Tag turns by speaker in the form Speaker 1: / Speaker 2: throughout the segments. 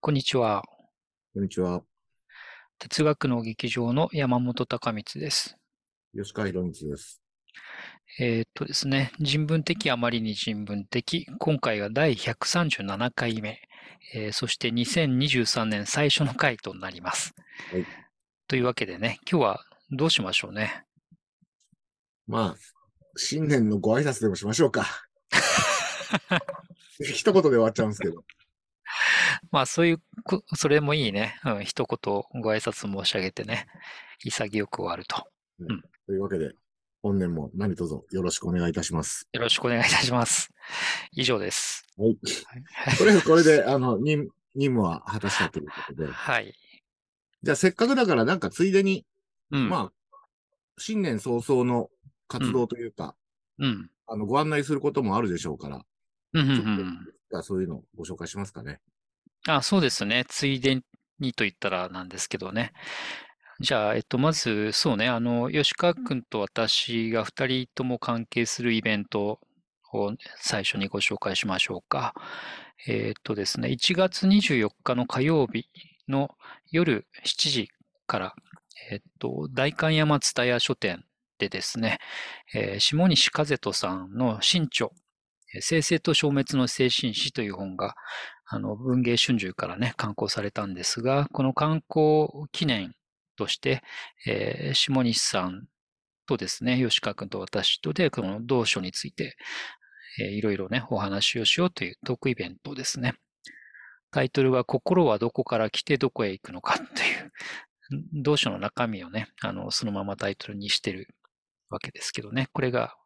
Speaker 1: こんにちは。
Speaker 2: こんにちは。
Speaker 1: 哲学の劇場の山本隆光です。
Speaker 2: 吉川博光です。
Speaker 1: えーっとですね、人文的あまりに人文的、今回が第137回目、えーそして2023年最初の回となります。
Speaker 2: はい
Speaker 1: というわけでね、今日はどうしましょうね。
Speaker 2: まあ、新年のご挨拶でもしまし ょうか。一言で終わっちゃうんですけど。
Speaker 1: まあそういうこ、それもいいね。うん、一言ご挨拶申し上げてね、潔く終わると。
Speaker 2: というわけで、本年も何卒よろしくお願いいたします。
Speaker 1: よろしくお願いいたします。以上です。
Speaker 2: はい。とりあえずこれ で、あの、任任務は果たしたということで。
Speaker 1: はい。
Speaker 2: じゃあせっかくだからなんかついでに、
Speaker 1: うん。
Speaker 2: まあ、新年早々の活動というか、
Speaker 1: うん。
Speaker 2: あの、ご案内することもあるでしょうから、
Speaker 1: うんうん
Speaker 2: ちょ
Speaker 1: う
Speaker 2: っと
Speaker 1: んうん。
Speaker 2: じゃあそういうのをご紹介しますかね。
Speaker 1: あ、そうですね。ついでにと言ったらなんですけどね。じゃあ、えっと、まず、そうね、あの、吉川君と私が二人とも関係するイベントを最初にご紹介しましょうか。えっとですね、1月24日の火曜日の夜7時から、えっと、代官山蔦屋書店でですね、えー下西和人さんの新著、生成と消滅の精神史という本が、あの、文藝春秋からね、刊行されたんですが、この刊行記念として、えー下西さんとですね、吉川君と私とで、この同書について、えーいろいろね、お話をしようというトークイベントですね。タイトルは、心はどこから来てどこへ行くのかという、同書の中身をね、あの、そのままタイトルにしてるわけですけどね、これが、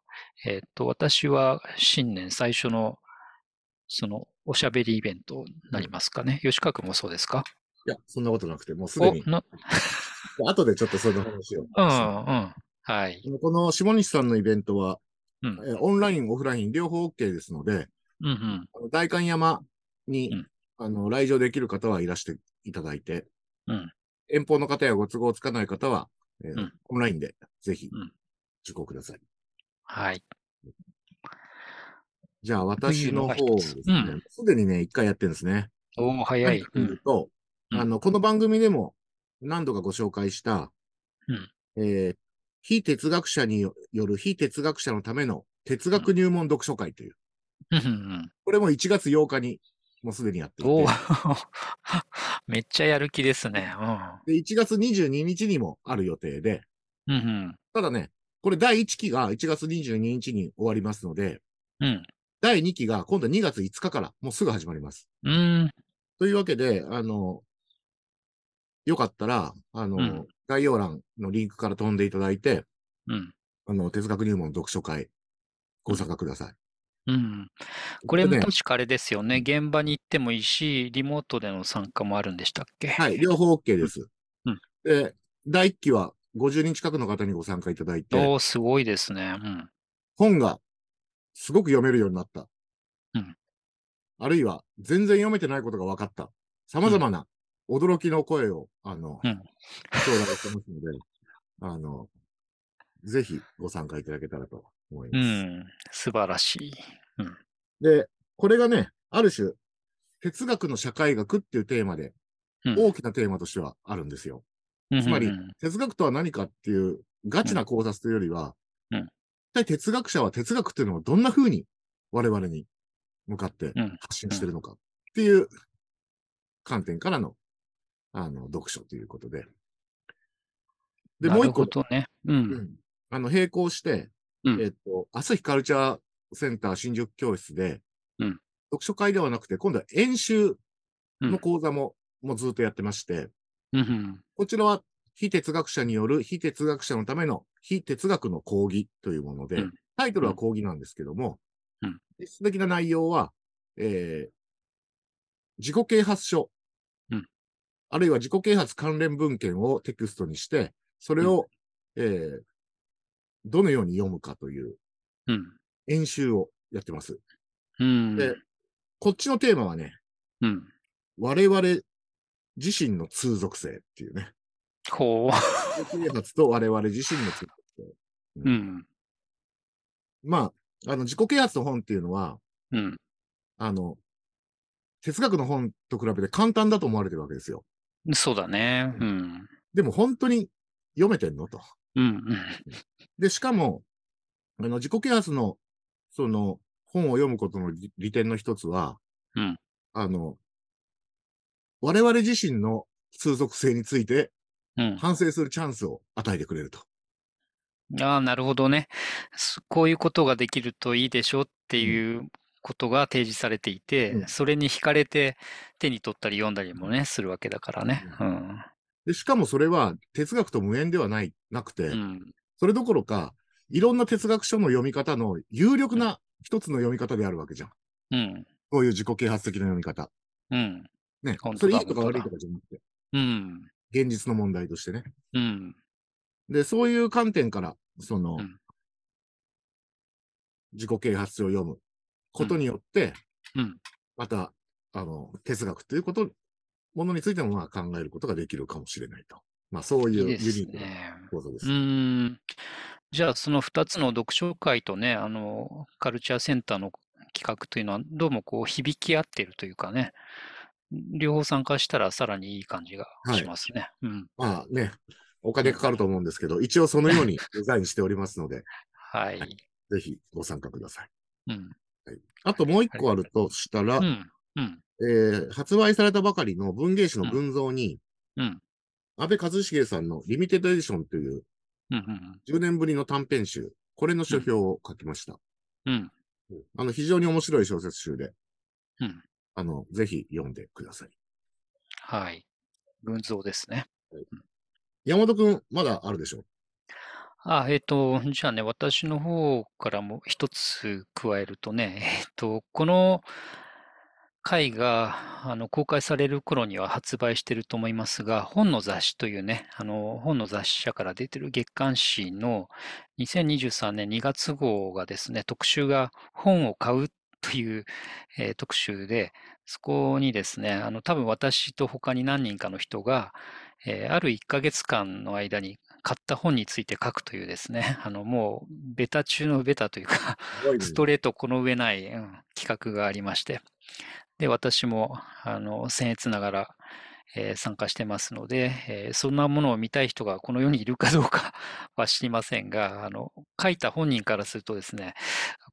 Speaker 1: えーっと、私は新年最初の、その、おしゃべりイベントになりますかね。吉川君もそうですか
Speaker 2: いや、そんなことなくて、もうすで
Speaker 1: お
Speaker 2: に、
Speaker 1: な
Speaker 2: 後でちょっとその話を。
Speaker 1: うん、うん。はい。
Speaker 2: この下西さんのイベントは、
Speaker 1: うん
Speaker 2: えーオンライン、オフライン両方 OK ですので、
Speaker 1: うん、うん。
Speaker 2: あの代官山に、
Speaker 1: うん
Speaker 2: あの来場できる方はいらしていただいて、
Speaker 1: うん
Speaker 2: 遠方の方やご都合つかない方は、えー
Speaker 1: うん
Speaker 2: オンラインでぜひ
Speaker 1: うん
Speaker 2: 受講ください。
Speaker 1: はい。
Speaker 2: じゃあ私の
Speaker 1: というのが
Speaker 2: 方
Speaker 1: 一
Speaker 2: で
Speaker 1: つ
Speaker 2: すね、すで、にね、一回やってるんですね。
Speaker 1: おー、早い
Speaker 2: 何。か
Speaker 1: う、
Speaker 2: というんと、
Speaker 1: うん
Speaker 2: あの、この番組でも何度かご紹介した、
Speaker 1: うん
Speaker 2: えー非哲学者による非哲学者のための哲学入門読書会という、
Speaker 1: うん、うん
Speaker 2: これも1月8日にもうすでにやってい
Speaker 1: うん。お
Speaker 2: て、
Speaker 1: ー、 めっちゃやる気ですね。
Speaker 2: で1月22日にもある予定で、
Speaker 1: うん、うん、
Speaker 2: ただね、これ第1期が1月22日に終わりますので、
Speaker 1: うん。うん
Speaker 2: 第2期が今度2月5日からもうすぐ始まります。
Speaker 1: うーん。
Speaker 2: というわけで、あの、よかったら、あの、
Speaker 1: うん
Speaker 2: 概要欄のリンクから飛んでいただいて、
Speaker 1: うん。
Speaker 2: あの、哲学入門読書会、ご参加ください。
Speaker 1: うん。これも
Speaker 2: でね、
Speaker 1: 確かあれですよね。現場に行ってもいいし、リモートでの参加もあるんでしたっけ
Speaker 2: はい、両方 OK です。
Speaker 1: うん
Speaker 2: で、第1期は50人近くの方にご参加いただいて、
Speaker 1: おー、すごいですね。うん。
Speaker 2: 本がすごく読めるようになった。
Speaker 1: うん
Speaker 2: あるいは、全然読めてないことが分かった。様々な驚きの声を、あの、
Speaker 1: うん
Speaker 2: 頂戴してますので、 あの、ぜひご参加いただけたらと思いうます。
Speaker 1: ん。素晴らしい。
Speaker 2: で、これがね、ある種、哲学の社会学っていうテーマで、
Speaker 1: うん
Speaker 2: 大きなテーマとしてはあるんですよ。つまり
Speaker 1: うん
Speaker 2: 哲学とは何かっていう、ガチな考察というよりは、
Speaker 1: うん
Speaker 2: 一体哲学者は哲学というのをどんな風に我々に向かって
Speaker 1: うん
Speaker 2: 発信してるのかっていう観点からの、あの、読書ということで。で、もう一個
Speaker 1: なるほ、どね。うん。
Speaker 2: うんあの、並行して、
Speaker 1: うん
Speaker 2: えっと、朝日カルチャーセンター新宿教室で、
Speaker 1: うん
Speaker 2: 読書会ではなくて、今度は演習の講座も、もうずっとやってまして、
Speaker 1: うんうん。
Speaker 2: こちらは非哲学者による非哲学者のための非哲学の講義というもので、
Speaker 1: うん
Speaker 2: タイトルは講義なんですけども、
Speaker 1: うん
Speaker 2: 実質的な内容は、えー自己啓発書、
Speaker 1: うん
Speaker 2: あるいは自己啓発関連文献をテキストにして、それを、えーどのように読むかという
Speaker 1: うん。
Speaker 2: 演習をやってます。
Speaker 1: うん。
Speaker 2: でこっちのテーマはね、
Speaker 1: うん。
Speaker 2: 我々自身の通俗性っていうね、
Speaker 1: ほ
Speaker 2: 自己啓発と我々自身の通俗性。
Speaker 1: う。うん。
Speaker 2: まあ、あの、自己啓発の本っていうのは、
Speaker 1: うん。
Speaker 2: あの、哲学の本と比べて簡単だと思われてるわけですよ。
Speaker 1: そうだね。うん。
Speaker 2: でも本当に読めてんのと。
Speaker 1: うん、うん。
Speaker 2: で、しかも、あの、自己啓発の、その、本を読むことの利利点の一つは、
Speaker 1: うん
Speaker 2: あの、我々自身の通俗性について
Speaker 1: うん。
Speaker 2: 反省するチャンスを与えてくれると。
Speaker 1: ああ、なるほどね。すこういうことができるといいでしょっていうことが提示されていて、
Speaker 2: うん
Speaker 1: それに惹かれて手に取ったり読んだりもね、するわけだからね。うん。
Speaker 2: で、しかもそれは哲学と無縁ではない、なくて、
Speaker 1: うん。
Speaker 2: それどころか、いろんな哲学書の読み方の有力な一つの読み方であるわけじゃん。
Speaker 1: うん。
Speaker 2: こういう自己啓発的な読み方。
Speaker 1: うん。
Speaker 2: ね。
Speaker 1: 本
Speaker 2: そ
Speaker 1: 当
Speaker 2: れ
Speaker 1: だ
Speaker 2: いいとか
Speaker 1: 本当だ
Speaker 2: 悪いとかじゃなくて、
Speaker 1: うん。
Speaker 2: 現実の問題としてね。
Speaker 1: うん。
Speaker 2: で、そういう観点から、その、
Speaker 1: うん
Speaker 2: 自己啓発を読むことによって、
Speaker 1: うん
Speaker 2: また、あの、哲学ということ、ものについてもまあ考えることができるかもしれないと。まあそう
Speaker 1: い
Speaker 2: い
Speaker 1: いう
Speaker 2: ユ
Speaker 1: で
Speaker 2: ニ
Speaker 1: す
Speaker 2: ークな
Speaker 1: ね。
Speaker 2: 構造です。
Speaker 1: うーん。じゃあ、その2つの読書会とね、あの、カルチャーセンターの企画というのは、どうもこう、響き合ってるというかね、両方参加したらさらにいい感じが
Speaker 2: はい
Speaker 1: しますね。うん。
Speaker 2: まあね、お金かかると思うんですけど、一応そのようにデザインしておりますので、
Speaker 1: はい。
Speaker 2: はいぜひご参加ください。
Speaker 1: うん。
Speaker 2: あともう一個あるとしたら、
Speaker 1: うん。うん。
Speaker 2: えー発売されたばかりの文芸誌の群像に、
Speaker 1: うん。
Speaker 2: 安倍一茂さんのリミテッドエディションという
Speaker 1: うん。うん
Speaker 2: 10年ぶりの短編集、これの書評を書きました。
Speaker 1: うん。
Speaker 2: あの、非常に面白い小説集で、
Speaker 1: うん
Speaker 2: あの、ぜひ読んでください。
Speaker 1: はい。群像ですね。
Speaker 2: 山本くん、まだあるでしょ
Speaker 1: あ、えっと、じゃあね、私の方からも一つ加えるとね、えっと、この回が、あの、公開される頃には発売してると思いますが、本の雑誌というね、あの、本の雑誌社から出てる月刊誌の2023年2月号がですね、特集が本を買うという、えー特集で、そこにですね、あの、多分私と他に何人かの人が、えーある1ヶ月間の間に買った本について書くというですね、あの、もう、ベタ中のベタというか、スト
Speaker 2: レ
Speaker 1: レートこの上ない、うん企画がありまして、で、私も、あの、僭越ながら、えー参加してますので、えーそんなものを見たい人がこの世にいるかどうか は知りませんが、あの、書いた本人からするとですね、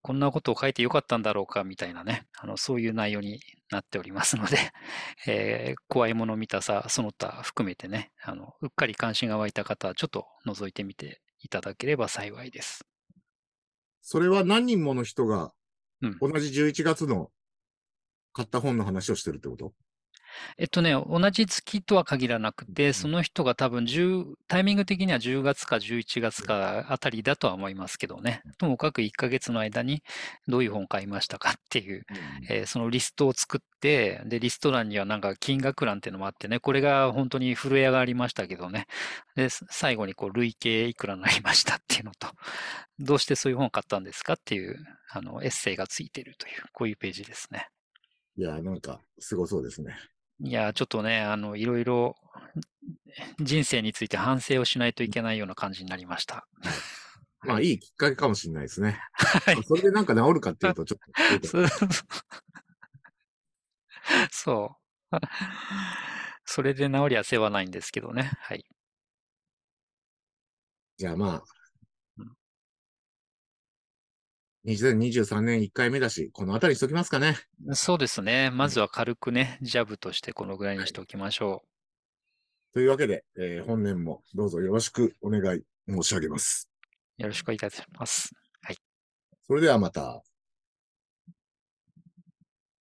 Speaker 1: こんなことを書いてよかったんだろうか、みたいなね、あの、そういう内容になっておりますので、 えー怖いもの見たさ、その他含めてね、あの、うっかり関心が湧いた方は、ちょっと覗いてみていただければ幸いです。
Speaker 2: それは何人もの人が、
Speaker 1: うん
Speaker 2: 同じ11月の買った本の話をしてるってこと
Speaker 1: えっとね、同じ月とは限らなく
Speaker 2: うんう
Speaker 1: て、
Speaker 2: ん
Speaker 1: その人が多分10、タイミング的には10月か11月かあたりだとは思いますけどね。ともかく1ヶ月の間にどういう本買いましたかっていう、えーそのリストを作って、で、リスト欄にはなんか金額欄っていうのもあってね、これが本当に震え上がりましたけどね。で、す最後にこう、累計いくらになりましたっていうのと、どうしてそういう本を買ったんですかっていう、あの、エッセイがついてるという、こういうページですね。
Speaker 2: いや、なんか、すごそうですね。
Speaker 1: いやー、ちょっとね、あの、いろいろ人生について反省をしないといけないような感じになりました。
Speaker 2: まあ、いいきっかけかもしれないですね。
Speaker 1: はい。
Speaker 2: それでなんか治るかっていうと、ちょっと。
Speaker 1: そう。そう それで治りは世話ないんですけどね。はい。
Speaker 2: じゃあまあ
Speaker 1: うん、
Speaker 2: 2023年1回目だし、このあたりにしときますかね。
Speaker 1: そうですね。まずは軽くね、ジャブとしてこのぐらいにしておきましょ
Speaker 2: というわけで、えー本年もどうぞよろしくお願い申し上げます。
Speaker 1: う。よろしくお願いいたします。
Speaker 2: それではまた。